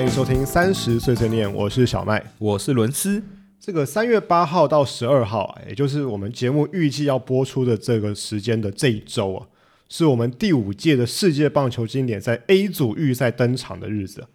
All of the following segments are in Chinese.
迎收听《三十碎碎念》，我是小麦。我是伦斯。这个三月八号到十二号啊，也就是我们节目预计要播出的这个时间的这一周啊，是我们第五届的世界棒球经典赛 A 组预赛登场的日子。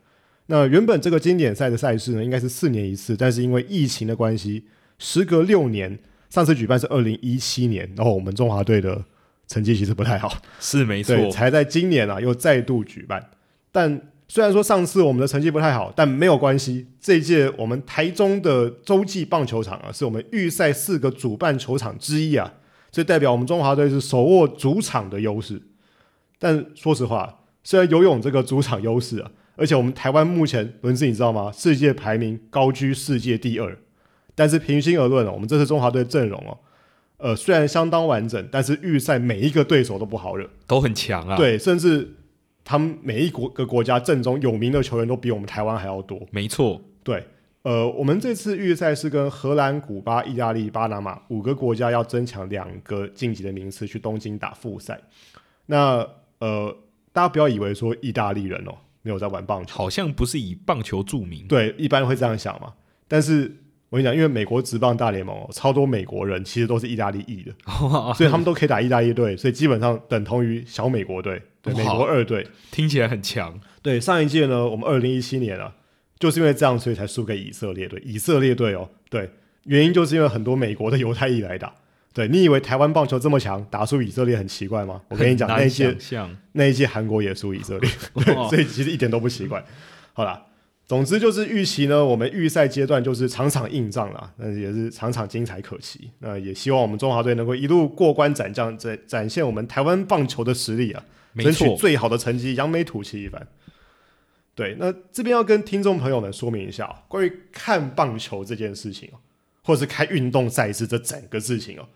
那原本这个经典赛的赛事呢，应该是四年一次，但是因为疫情的关系，时隔六年，上次举办是二零一七年，然后我们中华队的成绩其实不太好，是没错，对，才在今年啊又再度举办。但虽然说上次我们的成绩不太好，但没有关系。这一届我们台中的洲际棒球场啊，是我们预赛四个主办球场之一啊，这代表我们中华队是手握主场的优势。但说实话，虽然游泳这个主场优势啊，而且我们台湾目前轮子你知道吗？世界排名高居世界第二，但是平心而论哦，我们这次中华队阵容哦，呃，虽然相当完整，但是预赛每一个对手都不好惹。都很强啊。，对，甚至他们每一国个国家阵中有名的球员都比我们台湾还要多。没错，对，呃，我们这次预赛是跟荷兰、古巴、意大利、巴拿马五个国家要争抢两个晋级的名次，去东京打复赛。那呃，大家不要以为说意大利人哦没有在玩棒球，好像不是以棒球著 名。对，一般会这样想嘛。但是我跟你讲，因为美国职棒大联盟、哦、超多美国人其实都是意大利裔的，啊所以他们都可以打意大利队，所以基本上等同于小美国队，对，美国二队。听起来很强，对，上一届呢，我们二零一七年啊，就是因为这样，所以才输给以色列队。以色列队哦，对，原因就是因为很多美国的犹太裔来打。对你以为台湾棒球这么强，打输以色列很奇怪吗？我跟你讲，很那一难届想象那一届韩国也输以 色列，对，哇所以其实一点都不奇怪。好啦，总之就是预期呢，我们预赛阶段就是场场硬仗啦，那也是场场精彩可期。那也希望我们中华队能够一路过关斩将，展展现我们台湾棒球的实力啊。没争取错，最好的成绩，扬眉吐气一番。对，那这边要跟听众朋友们说明一下哦、关于看棒球这件事情哦，或者是开运动赛事这整个事情哦，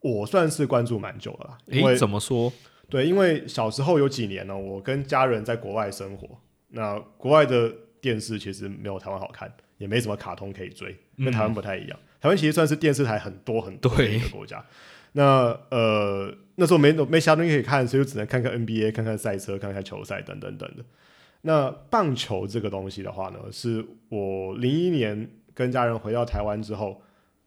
我算是关注蛮久了啦，因为诶，怎么说？对，因为小时候有几年呢，我跟家人在国外生活，那国外的电视其实没有台湾好看，也没什么卡通可以追，跟台湾不太一样。台湾其实算是电视台很多很多的对一个国家。那呃，那时候没没其他东西可以看，所以就只能看看 NBA，看看赛车，看看球赛等等等的。那棒球这个东西的话呢，是我零一年跟家人回到台湾之后，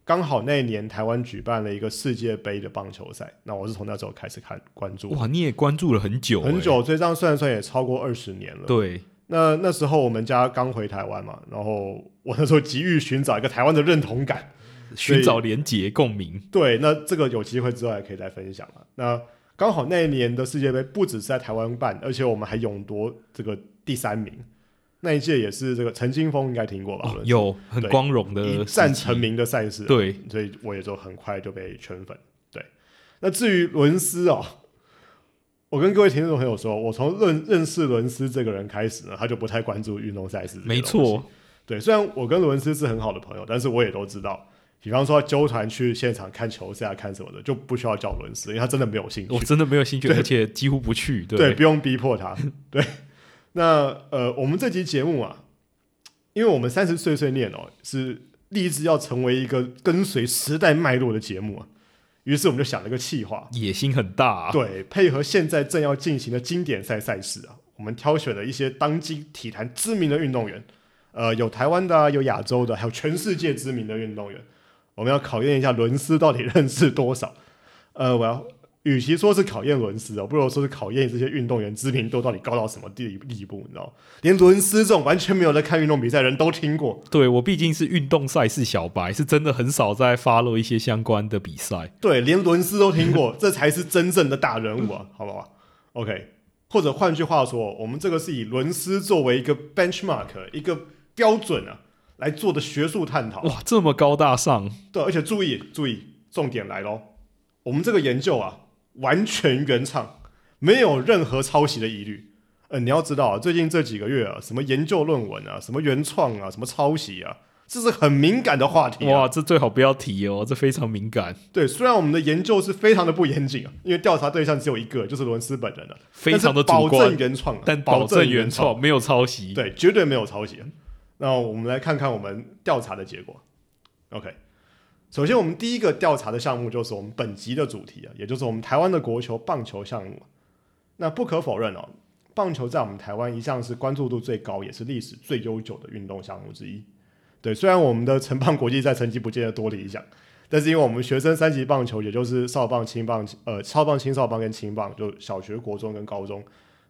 刚好那一年台湾举办了一个世界杯的棒球赛，那我是从那时候开始看关注的。哇，你也关注了很久、很诶。久，所以这样算一算也超过二十年了。欸对，那那时候我们家刚回台湾嘛，然后我那时候急于寻找一个台湾的认同感。所以寻找连结共鸣，对，那这个有机会之后还可以再分享嘛。那刚好那一年的世界杯不只是在台湾办，而且我们还勇夺这个第三名。那一届也是这个陈金峰应该听过吧？哦、有很对光荣的一时战期成。名的赛事啊、对，所以我也就很快就被圈粉。对，那至于伦斯哦，我跟各位听众朋友说，我从认认识伦斯这个人开始呢，他就不太关注运动赛事。没，错，对，虽然我跟伦斯是很好的朋友，但是我也都知道，比方说纠团去现场看球赛啊，看什么的，就不需要叫伦斯，因为他真的没有兴趣。我真的没有兴趣，对而且几乎不去。对，对，不用逼迫他。 对，那呃，我们这期节目啊，因为我们三十岁岁念哦，是立志要成为一个跟随时代脉络的节目啊，于是我们就想了个企划，野心很大、啊。对，配合现在正要进行的经典赛赛事啊，我们挑选了一些当今体坛知名的运动员，呃，有台湾的啊、有亚洲的，还有全世界知名的运动员，我们要考验一下伦斯到底认识多少。呃，我要，与其说是考验伦斯哦，不如说是考验这些运动员知名度到底高到什么地地步，你知道吗？连伦斯这种完全没有在看运动比赛的人都听过，对我毕竟是运动赛事小白，是真的很少在 follow 一些相关的比赛。对，连伦斯都听过， 这才是真正的大人物啊，好不好？OK，或者换句话说，我们这个是以伦斯作为一个 benchmark，一个标准啊，来做的学术探讨。哇，这么高大上，对，而且注意注意，重点来喽，我们这个研究啊，完全原创，没有任何抄袭的疑虑。呃，你要知道啊，最近这几个月啊，什么研究论文啊，什么原创啊，什么抄袭啊，这是很敏感的话题、啊。哇，这最好不要提哦，这非常敏感，对，虽然我们的研究是非常的不严谨啊，因为调查对象只有一个，就是伦斯本人了、啊，非常的但是保主证观，原创、啊，但保证原原，创，没有抄袭。对，绝对没有抄袭、啊。那我们来看看我们调查的结果。OK，首先我们第一个调查的项目就是我们本集的主题啊，也就是我们台湾的国球棒球项目啊、那不可否认哦，棒球在我们台湾一向是关注度最高，也是历史最悠久的运动项目之一。对，虽然我们的城棒国际赛成绩不见得多理想，但是因为我们学生三级棒球，也就是少棒、青棒、呃少棒、青少棒跟青棒，就小学、国中跟高中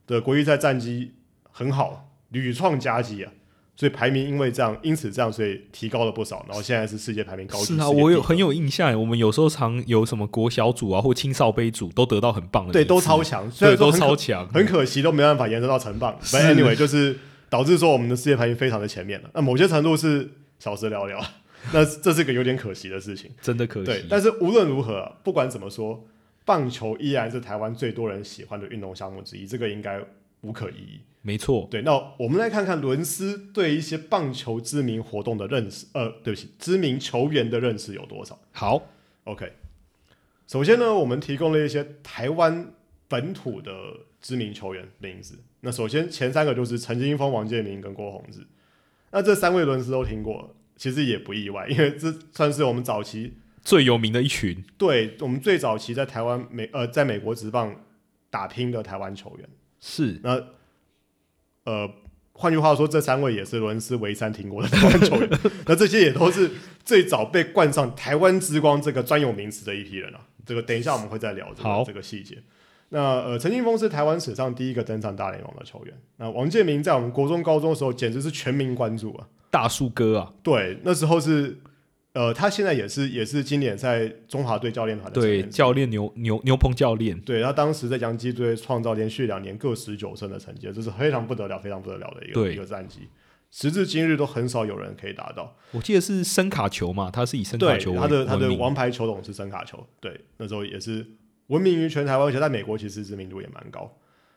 的国际赛战绩很好，屡创佳绩啊。所以排名因为这样，因此这样，所以提高了不少。然后现在是世界排名高居世是界第一。啊，我有很有印象，我们有时候常有什么国小组啊或青少杯组都得到很棒的名次，对都超强，虽对然说都很可超强，很可惜都没办法延伸到城棒。是 But anyway，就是导致说我们的世界排名非常的前面了。那某些程度是小时聊聊，那这是个有点可惜的事情。真的可对惜，。但是无论如何，不管怎么说，棒球依然是台湾最多人喜欢的运动项目之一，这个应该无可疑议。没错，对，那我们来看看伦斯对一些棒球知名活动的认识，呃，对不起，知名球员的认识有多少？好， OK，首先呢，我们提供了一些台湾本土的知名球员名字。那首先前三个就是陈金峰、王建民跟郭宏志。那这三位伦斯都听过，其实也不意外，因为这算是我们早期最有名的一群，对我们最早期在台湾美呃在美国职棒打拼的台湾球员。是呃，换句话说，这三位也是伦斯维山听过的台湾球员。那这些也都是最早被冠上“台湾之光”这个专有名词的一批人啊。这个等一下我们会再聊这个好这个细节。那呃，陈金峰是台湾史上第一个登上大联盟的球员。那王建民在我们国中、高中的时候，简直是全民关注啊。大树哥啊，对，那时候是呃，他现在也是也是经典赛中华队教练团的成对，员。教练牛牛牛棚教练，对他当时在洋基队创造连续两年各十九胜的成绩，这是非常不得了、非常不得了的一个对一个战绩。时至今日都很少有人可以达到。我记得是声卡球嘛，他是以声卡对球，为他的他闻的名王牌球种是声卡球，对，那时候也是闻名于全台湾，而且在美国其实知名度也蛮高。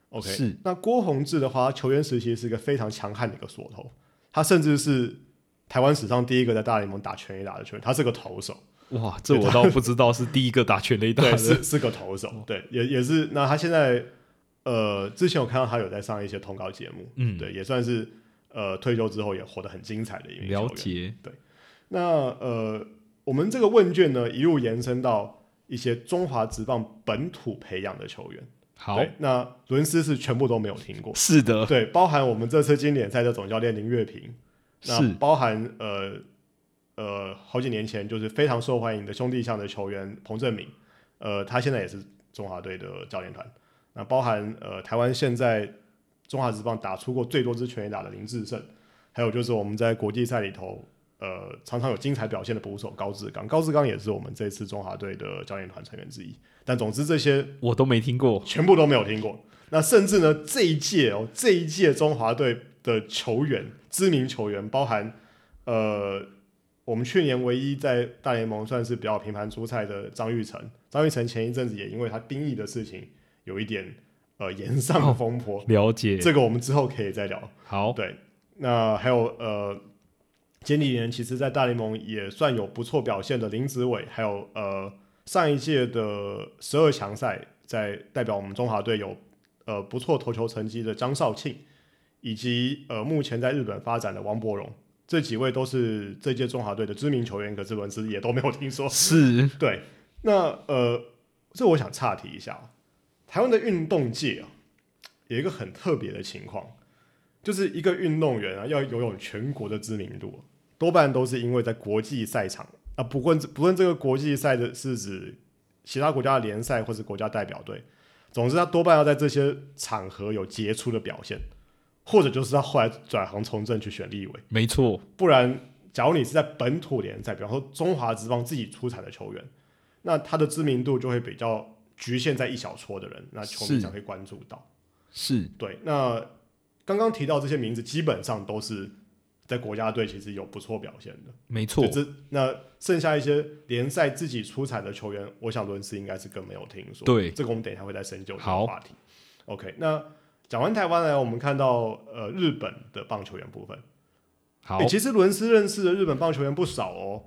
OK，是那郭宏志的话，球员时期是一个非常强悍的一个锁头，他甚至是台湾史上第一个在大联盟打全垒打的球员，他是个投手。哇，这我倒不知道是第一个打全垒 打对，的，是是个投手，嗯对，也也是。那他现在呃，之前我看到他有在上一些通告节目，嗯，对，也算是呃退休之后也活得很精彩的一名球了员。解，那呃，我们这个问卷呢，一路延伸到一些中华职棒本土培养的球员。好，对，那伦斯是全部都没有听过，是的，对，包含我们这次经典赛的总教练林月平，那是包含呃呃好几年前就是非常受欢迎的兄弟象的球员彭正明，呃，他现在也是中华队的教练团。那包含呃台湾现在中华职棒打出过最多支全垒打的林志胜，还有就是我们在国际赛里头呃常常有精彩表现的捕手高志刚，高志刚也是我们这次中华队的教练团成员之一。但总之这些我都没听过，全部都没有听过。那甚至呢，这一届哦，这一届中华队的球员，知名球员，包含呃，我们去年唯一在大联盟算是比较频繁出赛的张玉成，张玉成前一阵子也因为他兵役的事情有一点呃延上风波，了解，这个我们之后可以再聊。好，对，那还有呃，监理人其实，在大联盟也算有不错表现的林子伟，还有呃上一届的十二强赛，在代表我们中华队有呃不错投球成绩的张少庆，以及呃目前在日本发展的王柏荣，这几位都是这届中华队的知名球员，可是伦斯也都没有听说。是对，那呃，这我想岔题一下哦，台湾的运动界啊，有一个很特别的情况，就是一个运动员啊，要拥有全国的知名度啊，多半都是因为在国际赛场啊，不论不论这个国际赛的是指其他国家的联赛或是国家代表队，总之他多半要在这些场合有杰出的表现，或者就是他后来转行从政去选立委。没错，不然，假如你是在本土联赛，比方说中华职棒自己出产的球员，那他的知名度就会比较局限在一小撮的人，那球迷是才会关注到。是对，那刚刚提到这些名字，基本上都是在国家队其实有不错表现的。没错就，这那剩下一些联赛自己出产的球员，我想伦斯应该是更没有听说。对这个我们等一下会再深究这个好话题。OK，那讲完台湾呢，我们看到呃日本的棒球员部分。好欸，其实伦斯认识的日本棒球员不少哦，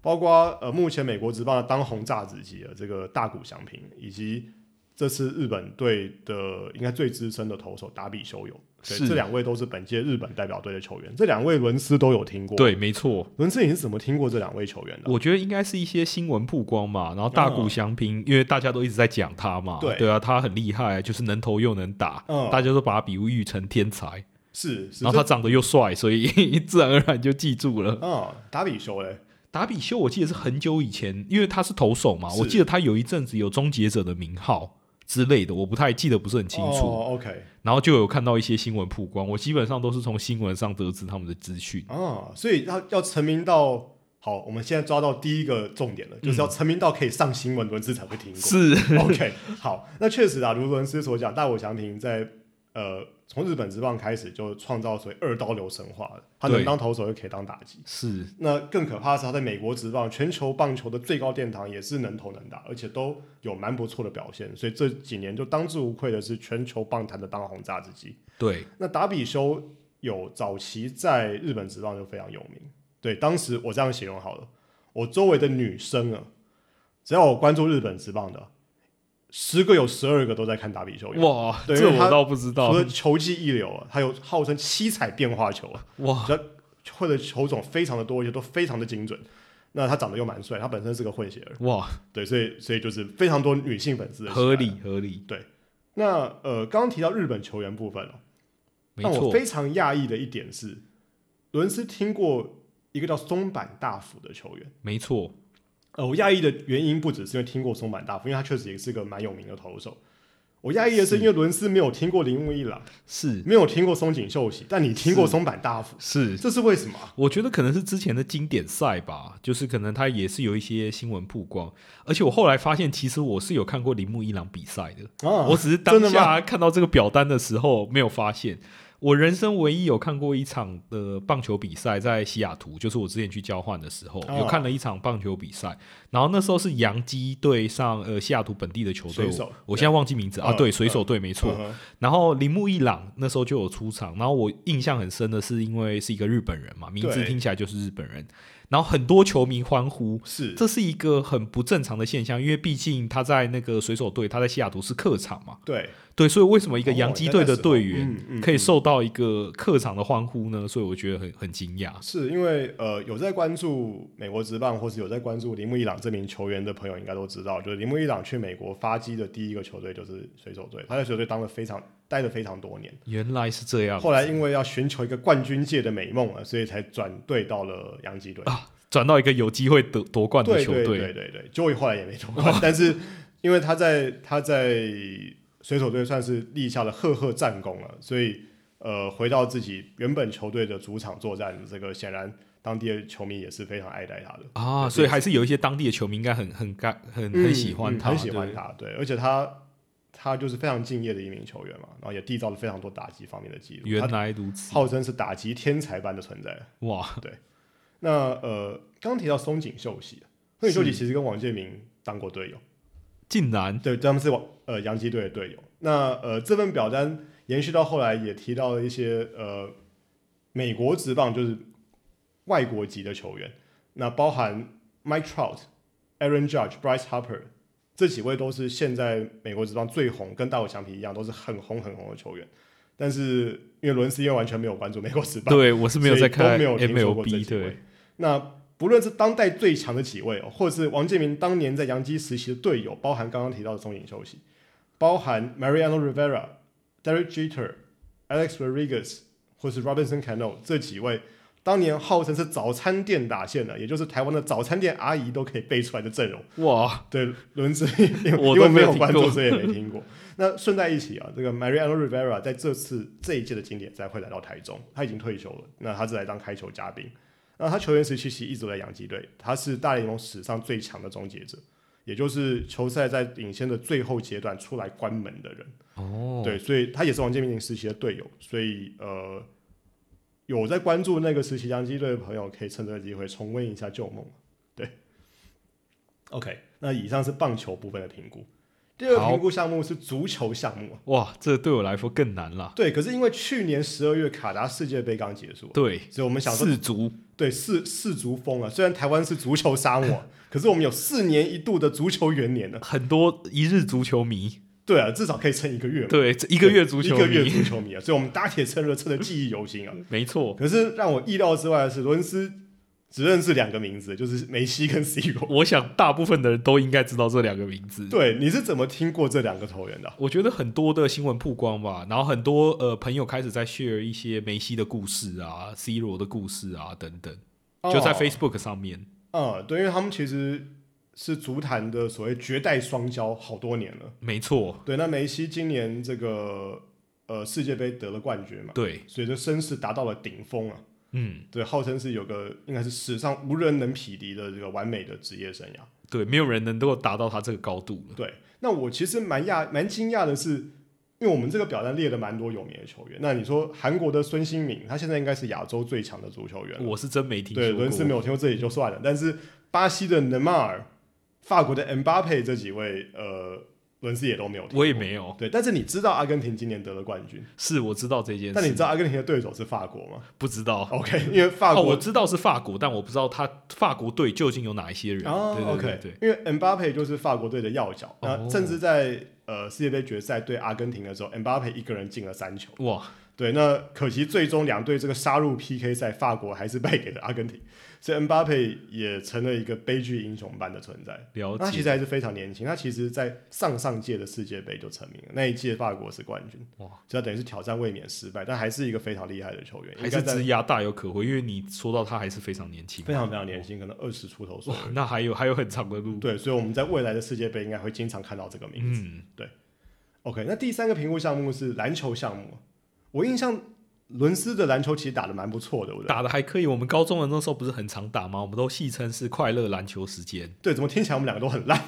包括呃目前美国职棒的当红炸子鸡的这个大谷翔平，以及这次日本队的应该最资深的投手达比修友，对是这两位都是本届日本代表队的球员，这两位伦斯都有听过。，对，没错。伦斯你是怎么听过这两位球员的？我觉得应该是一些新闻曝光嘛，然后大鼓相拼，因为大家都一直在讲他嘛，嗯对啊，他很厉害，就是能投又能打，嗯大家都把他比喻成天才，是是，然后他长得又帅，所以 自然而然就记住了。这嗯，达比修嘞，达比修我记得是很久以前，因为他是投手嘛，是我记得他有一阵子有终结者的名号之类的，我不太记得不是很清楚。哦、OK，然后就有看到一些新闻曝光，我基本上都是从新闻上得知他们的资讯。哦，所以要要成名到好，我们现在抓到第一个重点了，嗯就是要成名到可以上新闻，伦斯才会听过。是， OK，好，那确实啊，如伦斯所讲，大我祥平在呃从日本职棒开始就创造所谓二刀流神话了，他能对当投手又可以当打击。是，那更可怕的是，他在美国职棒、全球棒球的最高殿堂也是能投能打，而且都有蛮不错的表现，所以这几年就当之无愧的是全球棒坛的当红炸子鸡。对，那达比修有早期在日本职棒就非常有名，对，当时我这样形容好了，我周围的女生啊，只要我关注日本职棒的，十个有十二个都在看达比修。哇，对这因为他我倒不知除道了，球技一流啊，还有号称七彩变化球啊，哇，或者球种非常的多，而且都非常的精准。那他长得又蛮帅，他本身是个混血儿，哇，对，所以所以就是非常多女性粉丝的喜爱合。理合理，那呃，刚刚提到日本球员部分哦，没让我错，非常讶异的一点是，伦斯听过一个叫松坂大辅的球员。没错，呃，我讶异的原因不只是因为听过松坂大辅，因为他确实也是个蛮有名的投手。我讶异的是，是因为伦斯没有听过铃木一朗，是没有听过松井秀喜，但你听过是松坂大辅，是，这是为什么啊？我觉得可能是之前的经典赛吧，就是可能他也是有一些新闻曝光，而且我后来发现，其实我是有看过铃木一朗比赛的，啊我只是当真的吗下看到这个表单的时候没有发现。我人生唯一有看过一场的棒球比赛，在西雅图，就是我之前去交换的时候，哦有看了一场棒球比赛。然后那时候是洋基对上呃西雅图本地的球队水手，我现在忘记名字啊，嗯对，水手队没错。嗯哼然后铃木一朗那时候就有出场，然后我印象很深的是，因为是一个日本人嘛，名字对听起来就是日本人，然后很多球迷欢呼，是这是一个很不正常的现象，因为毕竟他在那个水手队，他在西雅图是客场嘛，对对，所以为什么一个哦洋基队的队员那时候嗯嗯可以受到一个客场的欢呼呢？所以我觉得很很惊讶，啊是因为呃，有在关注美国职棒，或是有在关注铃木一朗这名球员的朋友，应该都知道，就是铃木一朗去美国发迹的第一个球队就是水手队，他在水手队当了非常待了非常多年，原来是这样后来因为要寻求一个冠军界的美梦啊，所以才转队到了洋基队。啊，转到一个有机会夺夺冠的对球对队，对对对，Joey 后来也没夺冠，但是因为他在他在水手队算是立下了赫赫战功了，所以呃，回到自己原本球队的主场作战，这个显然当地的球迷也是非常爱戴他的。啊，所以还是有一些当地的球迷应该很很干很很喜欢嗯他，很喜对欢他，对，而且他他就是非常敬业的一名球员嘛，然后也缔造了非常多打击方面的记录，原他来如此，号称是打击天才般的存在。哇。那呃，刚提到松井秀喜，松井秀喜其实跟王建民当过队友，竟 然对，他们是王呃洋基队的队友。那呃，这份表单延续到后来也提到了一些呃美国职棒就是外国籍的球员，那包含 Mike Trout、Aaron Judge、Bryce Harper 这几位都是现在美国职棒最红，跟大我相比一样，都是很红很红的球员。但是因为伦斯因为完全没有关注美国职棒，对我是没有在所以都看没有听说过这 MLB，几位对，。那不论是当代最强的几位、哦，或者是王建民当年在洋基时期的队友，包含刚刚提到的中影休息，包含 Mariano Rivera、Derek Jeter、Alex Rodriguez 或是 Robinson Cano 这几位，当年号称是早餐店打线的，也就是台湾的早餐店阿姨都可以背出来的阵容。哇，对，轮子因为我都因为没没有有听关注，过所以也没听过。 那顺带一起啊，这个 Mariano Rivera 在这次这一届的经典赛会来到台中，他已经退休了，那他是来当开球嘉宾。那他球员时期其实一直都在洋基队，他是大联盟史上最强的终结者，也就是球赛在领先的最后阶段出来关门的人。哦，对，所以他也是王建民时期的队友，所以呃，有在关注那个时期洋基队的朋友，可以趁这个机会重温一下旧梦。对，OK，那以上是棒球部分的评估，第二个好评估项目是足球项目。哇，这对我来说更难啦。对，可是因为去年十二月卡达世界杯刚结束，对，所以我们想说，四足对四四足风啊，虽然台湾是足 球沙漠，可是我们有四年一度的足球元年呢、很多一日足球迷，对啊，至少可以撑一个月嘛，对，这一个月足球一个月迷足球迷啊，所以我们打铁趁热，趁的记忆犹新啊。没错，可是让我意料之外的是，罗恩斯只认识两个名字，就是梅西跟 C 罗。我想大部分的人都应该知道这两个名字。对，你是怎么听过这两个球员的啊？我觉得很多的新闻曝光吧，然后很多呃朋友开始在 share 一些梅西的故事啊、C 罗的故事啊等等，就在哦 Facebook 上面。嗯，对，因为他们其实是足坛的所谓绝代双骄，好多年了。没错，对，那梅西今年这个呃世界杯得了冠军嘛，对，所以这声势达到了顶峰啊。嗯，对，号称是有个应该是史上无人能匹敌的这个完美的职业生涯。对，没有人能够达到他这个高度了。对，那我其实蛮讶蛮惊讶的是，因为我们这个表单列了蛮多有名的球员。那你说韩国的孙兴敏，他现在应该是亚洲最强的足球员了。我是真没听啊对，说伦斯过。没有听过这里就算了，但是巴西的内马尔、法国的 M 巴佩这几位，呃，伦斯也都没有听过。我也没有，对，但是你知道阿根廷今年得了冠军，是我知道这件事，但你知道阿根廷的对手是法国吗不知道？ ？OK，因为法哦，国我知道是法国，但我不知道他法国队究竟有哪一些人。哦对对 o 对 k 因对，为 Mbappe 就是法国队的要角，那、哦甚至在呃世界杯决赛对阿根廷的时候，Mbappe 一个人进了三球。哇，对，那可惜最终两队这个杀入 PK 赛，法国还是败给了阿根廷，所以 Mbappe 也成了一个悲剧英雄般的存在。了他其解实还是非常年轻，他其实在上上届的世界杯就成名了，那一届法国是冠军，哇，所以他等于是挑战卫冕失败，但还是一个非常厉害的球员，还应该是在枝丫大有可为，因为你说到他还是非常年轻，非常非常年轻，可能二十出头左哇右。，那还有还有很长的路。对，所以我们在未来的世界杯应该会经常看到这个名字。嗯， OK，那第三个评估项目是篮球项目。我印象伦斯的篮球其实打得蛮不错的，对不对？打的还可以。我们高中的那时候不是很常打吗？我们都戏称是快乐篮球时间，对，怎么听起来我们两个都很烂？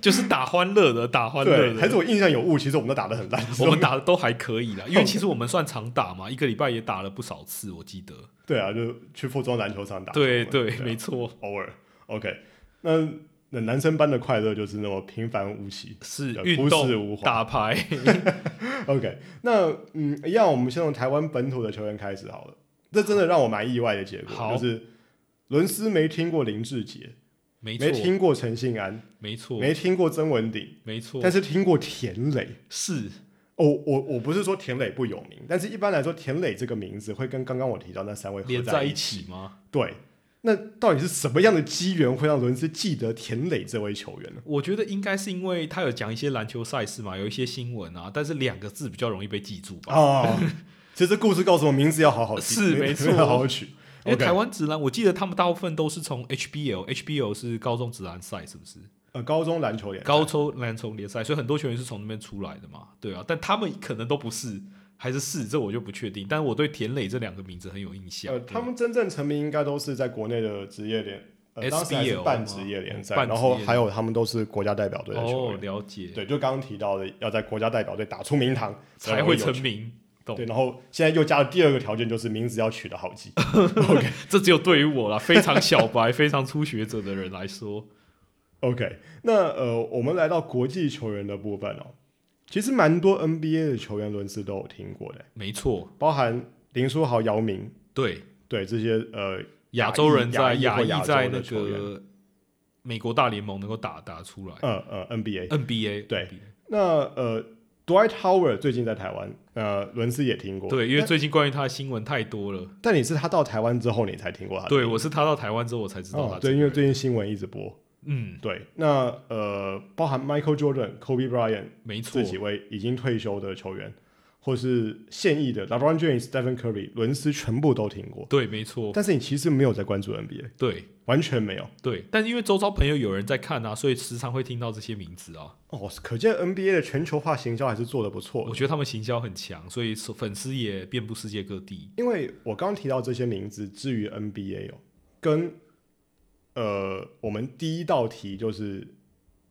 就是打欢乐的，打欢乐对，还的。是我印象有误？其实我们都打得很烂。 我们打的都还可以啦，因为其实我们算常打嘛，一个礼拜也打了不少次，我记得。对啊，就去附中篮球场打球嘛。对对，啊没错，偶尔 OK。那那男生班的快乐就是那么平凡无奇是呃运朴实动无华打牌。 OK，那嗯，一样，我们先从台湾本土的球员开始好了。这真的让我蛮意外的结好果，就是伦斯没听过林志杰，没没错，听过陈信安，没错，没听过曾文鼎，没错，但是听过田磊。是哦，我我不是说田磊不有名，但是一般来说，田磊这个名字会跟刚刚我提到那三位合连在一一。起吗？对，那到底是什么样的机缘会让伦斯记得田磊这位球员呢？我觉得应该是因为他有讲一些篮球赛事嘛，有一些新闻啊，但是两个字比较容易被记住吧。 哦，其实这故事告诉我，名字要好好记，是没错要好好取。因为 OK，台湾职篮，我记得他们大部分都是从 HBL，HBL 是高中职篮赛，是不是？呃，高中篮球联赛高中篮球联赛，所以很多球员是从那边出来的嘛，对啊。但他们可能都不是，还是是，这我就不确定。但我对田磊这两个名字很有印象。呃，他们真正成名应该都是在国内的职业联，呃，当时还是 SBL 半职业联赛，嘛哦半然后职业还有他们都是国家代表队对的球哦，员。了解，对，就刚刚提到的，要在国家代表队打出名堂才会有成名。 懂对，然后现在又加了第二个条件，就是名字要取得好 记。这只有对于 我啦，非常小白、 非常初学者的人来说， OK，那呃，我们来到国际球员的部分哦，其实蛮多 NBA 的球员轮次都有听过的，没错，包含林书豪、姚明，对。对这些呃亚洲人在亚裔或裔亚在洲那的球员个美国大联盟能够打打出来呃呃 NBA。 NBA 对 NBA 那呃，Dwight Howard 最近在台湾，呃，伦斯也听过，对，因为但最近关于他的新闻太多了。但你是他到台湾之后你才听过他的，对我是他到台湾之后我才知道啊哦他，这对，个人、因为最近新闻一直播。嗯，对，那呃，包含 Michael Jordan、Kobe Bryant 没错这，几位已经退休的球员，或是现役的 LeBron James、Stephen Curry、伦斯全部都听过，对，没错，但是你其实没有在关注 NBA，对完全没有。对。但是因为周遭朋友有人在看啊，所以时常会听到这些名字啊。哦，可见 NBA 的全球化行销还是做得不错我的。觉得他们行销很强，所以粉丝也遍布世界各地。因为我刚提到这些名字，至于 NBA 哦，跟呃，我们第一道题就是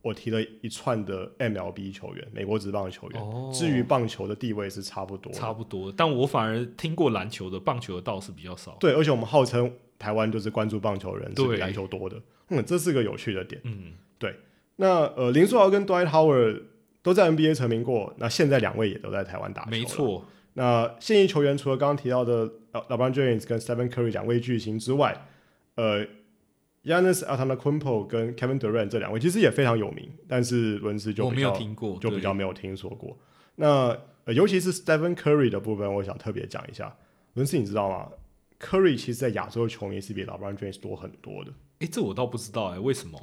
我提了一串的 MLB 球员，美国职棒球员，哦至于棒球的地位是差不多的，差不多，但我反而听过篮球的，棒球的倒是比较少。对，而且我们号称台湾就是关注棒球人是比对篮球多的，嗯，这是个有趣的点。嗯，那呃，林书豪跟 Dwight Howard 都在 NBA 成名过，那现在两位也都在台湾打球。没。错，那现役球员除了刚刚提到的呃 LeBron James 跟 Stephen Curry 两位巨星之外，呃， Yanis Antetokounmpo 跟 Kevin Durant 这两位其实也非常有名，但是伦斯就我比没较有听过，就比对较没有听说过。那、呃、尤其是 Stephen Curry 的部分，我想特别讲一下。伦斯，你知道吗？Curry 其实在亚洲的球迷是比 LeBron James 多很多的，诶，这我倒不知道诶，为什么？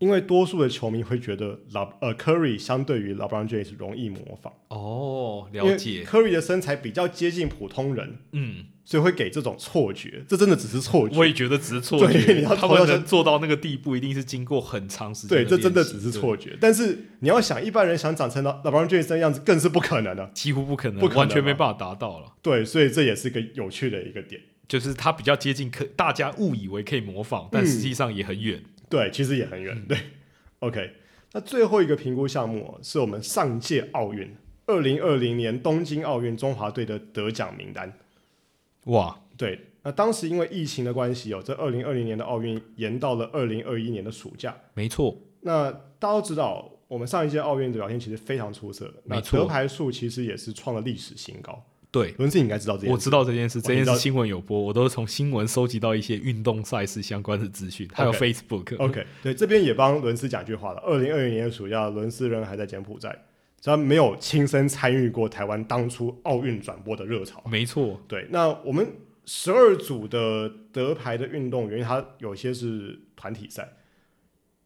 因为多数的球迷会觉得 Le 呃 Curry 相对于 LeBron James 容易模仿，哦，因了为解， Curry 的身材比较接近普通人，嗯，所以会给这种错觉。这真的只是错觉，我也觉得只是错对觉，你要他投们到能做到那个地步，一定是经过很长时间对，练习。这真的只是错觉。但是你要想，一般人想长成 Le- LeBron James 这样子，更是不可能的。对，几乎不可能，不可能啊完全嘛没办法达到了。对，所以这也是个有趣的一个点。就是他比较接近可，大家误以为可以模仿，但嗯实际上也很远。对，其实也很嗯远。对，OK。那最后一个评估项目哦是我们上届奥运，二零二零年东京奥运中华队的得奖名单。哇，对，那当时因为疫情的关系哦，这二零二零年的奥运延到了二零二一年的暑假。没错，那大家都知道，我们上一届奥运的表现其实非常出色，那没错得牌数其实也是创了历史新高。对，伦斯，你应该知道这件我事。知道这件事，我这件知道事新闻有播，我都是从新闻收集到一些运动赛事相关的资讯，还有 OK Facebook。 OK，对，这边也帮伦斯讲句话了。二零二零年的暑假，伦斯人还在柬埔寨，他没有亲身参与过台湾当初奥运转播的热潮。没错，对，那我们十二组的得牌的运动员，他有些是团体赛，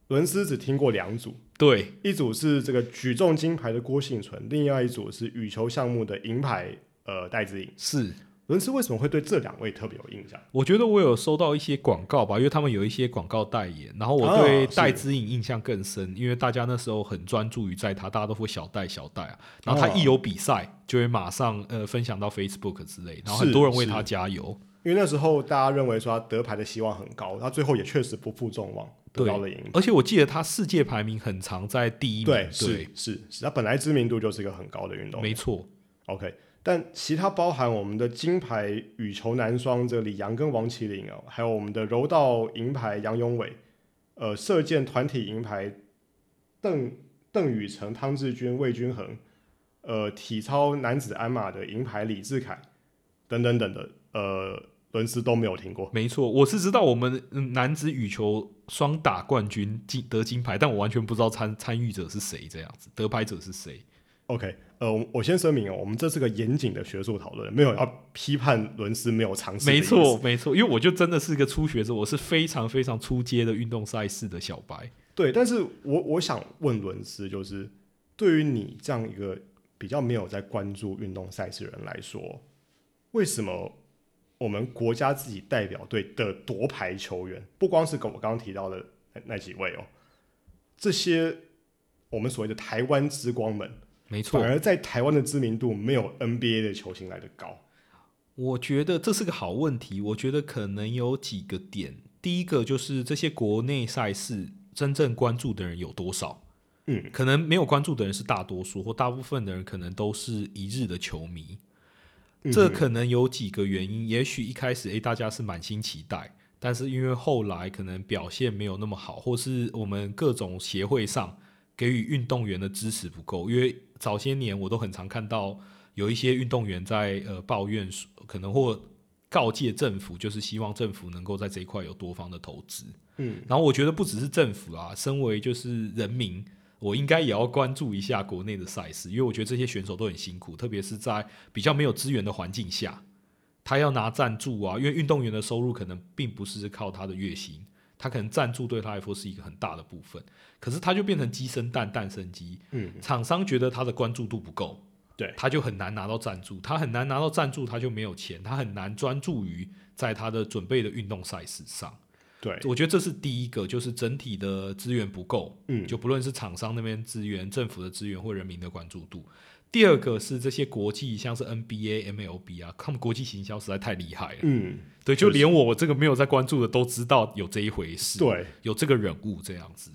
伦斯只听过两组，对，一组是这个举重金牌的郭幸存，另外一组是羽球项目的银牌呃戴资颖。是。伦斯为什么会对这两位特别有印象？我觉得我有收到一些广告吧，因为他们有一些广告代言，然后我啊对是戴之颖印象更深，因为大家那时候很专注于在他，大家都会小戴小戴啊，然后他哦一有比赛就会马上呃分享到 Facebook 之类，然后是很多人为是他加油，因为那时候大家认为说他得牌的希望很高，他最后也确实不负众望，得到了银牌。而且我记得他世界排名很常在第一名，对对，，是是是，他本来知名度就是一个很高的运动员。没错， OK，但其他包含我们的金牌羽球男双这个李阳跟王麒麟哦，还有我们的柔道银牌杨永伟，呃，射箭团体银牌邓邓宇成、汤志军、魏君衡，呃，体操男子鞍马的银牌李志凯，等等等的，呃，伦斯都没有听过。没错，我是知道我们嗯男子羽球双打冠军金得金牌，但我完全不知道参参与者是谁，这样子得牌者是谁， OK，呃，我我先声明哦，我们这是个严谨的学术讨论，没有要批判伦斯没有尝试。没错，，没错，因为我就真的是个初学者，我是非常非常初阶的运动赛事的小白。对。但是我我想问伦斯，就是对于你这样一个比较没有在关注运动赛事的人来说，为什么我们国家自己代表队的夺牌球员，不光是我刚刚提到的那那几位哦，这些我们所谓的台湾之光们，没反错，而在台湾的知名度没有 NBA 的球星来的高。我觉得这是个好问题。我觉得可能有几个点，第一个就是这些国内赛事真正关注的人有多少。嗯，可能没有关注的人是大多数，或大部分的人可能都是一日的球迷。嗯这可能有几个原因，也许一开始诶、大家是满心期待，但是因为后来可能表现没有那么好，或是我们各种协会上给予运动员的支持不够，因为早些年我都很常看到有一些运动员在呃抱怨说，可能或告诫政府，就是希望政府能够在这一块有多方的投资。嗯，然后我觉得不只是政府啊，身为就是人民，我应该也要关注一下国内的赛事，因为我觉得这些选手都很辛苦，特别是在比较没有资源的环境下，他要拿赞助啊，因为运动员的收入可能并不是靠他的月薪，他可能赞助对他来说是一个很大的部分，可是他就变成鸡生蛋，蛋生鸡，嗯，厂商觉得他的关注度不够。对他就很难拿到赞助，他很难拿到赞助，他就没有钱，他很难专注于在他的准备的运动赛事上。对，我觉得这是第一个，就是整体的资源不够，嗯，就不论是厂商那边资源、政府的资源或人民的关注度。第二个是这些国际，像是 NBA、MLB 啊，他们国际行销实在太厉害了。嗯，对，确就实连我我这个没有在关注的都知道有这一回事，，对有这个人物这样子。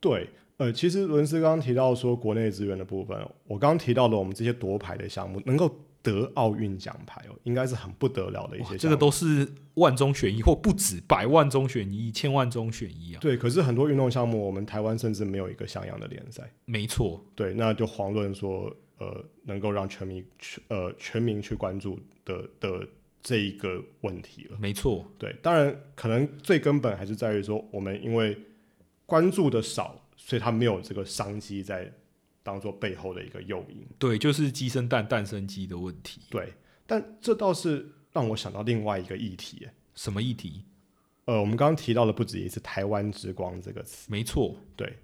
对，呃，其实伦斯刚刚提到说国内资源的部分，我刚刚提到了我们这些夺牌的项目能够得奥运奖牌哦，应该是很不得了的一哇些这项个目。都是万中选一，或不止百万中选一、千万中选一啊！对，可是很多运动项目，我们台湾甚至没有一个像样的联赛。没错，对，那就遑论说呃能够让全民呃全民去关注的的这一个问题了。没错，对，当然可能最根本还是在于说，我们因为关注的少，所以它没有这个商机在当做背后的一个诱因。对，就是鸡生蛋，蛋生鸡的问题。对，但这倒是让我想到另外一个议题。什么议题？呃，我们刚刚提到的不止一次“台湾之光”这个词，没错，对，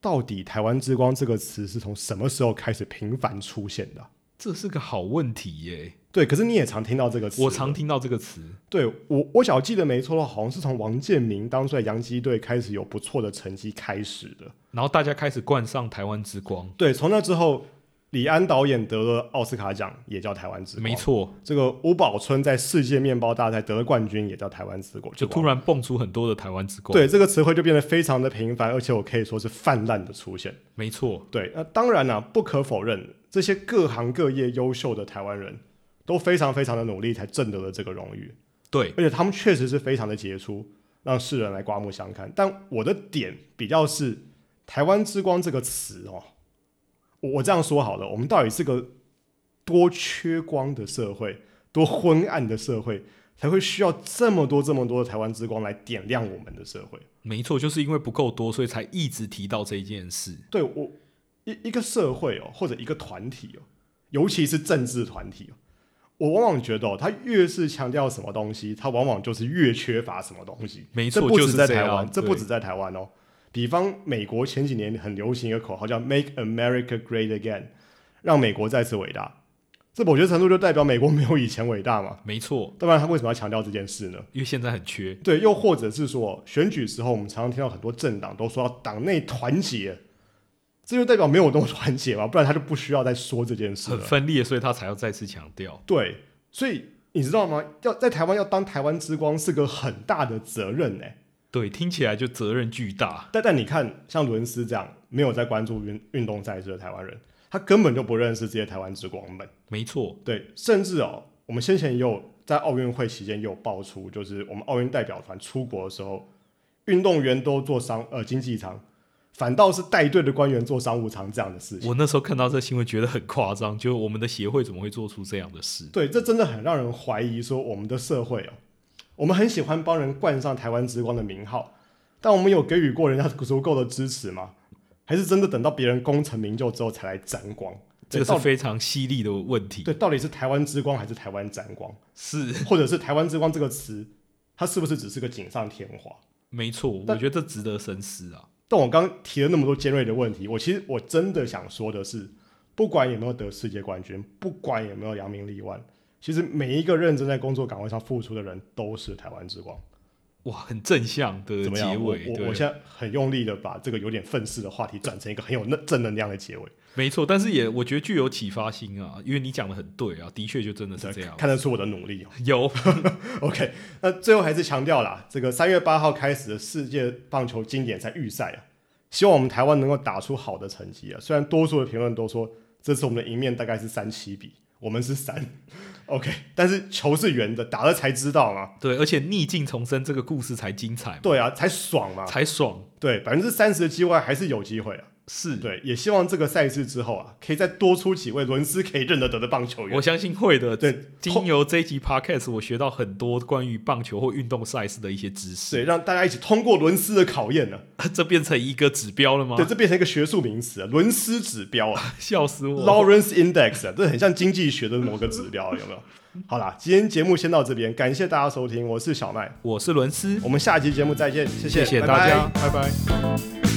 到底“台湾之光”这个词是从什么时候开始频繁出现的啊？这是个好问题耶。对，可是你也常听到这个词，我常听到这个词，对我我小记得没错的话，好像是从王建民当初在洋基队开始有不错的成绩开始的。然后大家开始冠上台湾之光。对，从那之后，李安导演得了奥斯卡奖，也叫台湾之光。没，错，这个吴宝春在世界面包大赛得了冠军，也叫台湾之光。就突然蹦出很多的台湾之光。，对这个词汇就变得非常的频繁，而且我可以说是泛滥的出现。没错，对，那当然啦、不可否认，这些各行各业优秀的台湾人都非常非常的努力，才挣得了这个荣誉。对，而且他们确实是非常的杰出，让世人来刮目相看。但我的点比较是“台湾之光”这个词哦，我我这样说好了，我们到底是个多缺光的社会，多昏暗的社会，才会需要这么多这么多的台湾之光来点亮我们的社会？没错，就是因为不够多，所以才一直提到这一件事。对我一一个社会哦，或者一个团体哦，尤其是政治团体哦。我往往觉得、哦，他越是强调什么东西，他往往就是越缺乏什么东西。没这错，不就止是在这台样湾，这不对止在台湾哦。比方美国前几年很流行一个口号叫 “Make America Great Again”，让美国再次伟大。这某些程度就代表美国没有以前伟大嘛？没错，要不然他为什么要强调这件事呢？因为现在很缺。对，又或者是说选举时候，我们常常听到很多政党都说要党内团结，这就代表没有那么团结嘛？不然他就不需要再说这件事很了。分裂，所以他才要再次强调。对，所以你知道吗？要在台湾要当台湾之光是个很大的责任欸呢、对，听起来就责任巨大。但但你看，像伦斯这样没有在关注运运动赛事的台湾人，他根本就不认识这些台湾之光们。没错，对，甚至哦，我们先前也有在奥运会期间也有爆出，就是我们奥运代表团出国的时候，运动员都做商呃经济舱，反倒是带队的官员做商务舱这样的事情。我那时候看到这新闻觉得很夸张，就我们的协会怎么会做出这样的事？对，这真的很让人怀疑说我们的社会哦，我们很喜欢帮人冠上台湾之光的名号，但我们有给予过人家足够的支持吗？还是真的等到别人功成名就之后才来沾光？这个对是哎到底非常犀利的问题。对，到底是台湾之光还是台湾沾光，是，或者是台湾之光这个词，它是不是只是个锦上添花？没错，我但觉得这值得深思啊。但我刚提了那么多尖锐的问题，我其实我真的想说的是，不管有没有得世界冠军，不管有没有扬名立万，其实每一个认真在工作岗位上付出的人都是台湾之光。哇，很正向的怎么结样？我尾，我我对，现在很用力的把这个有点愤世的话题转成一个很有能正能量的结尾，没错，但是也我觉得具有启发性啊，因为你讲的很对啊，的确就真的是这样。看得出我的努力哦。有 OK，那最后还是强调啦，这个三月八号开始的世界棒球经典赛预赛啊，希望我们台湾能够打出好的成绩啊。虽然多数的评论都说这次我们的赢面大概是三七比，我们是三，OK，但是球是圆的，打了才知道嘛。对，而且逆境重生这个故事才精彩嘛，对啊，才爽嘛。才爽。对，百分之三十的机会还是有机会啊。是，对，也希望这个赛事之后啊，可以再多出几位伦斯可以认得得的棒球员我。相信会的。对，经由这一集 podcast，我学到很多关于棒球或运动赛事的一些知识。对，让大家一起通过伦斯的考验呢、 这变成一个指标了吗对，？这变成一个学术名词啊，伦斯指标啊 笑死 我！，Lawrence Index 啊，这很像经济学的某个指标，有没有？好啦，今天节目先到这边，感谢大家收听，我是小麦，我是伦斯，我们下期节目再见，谢谢谢拜大拜家，拜拜。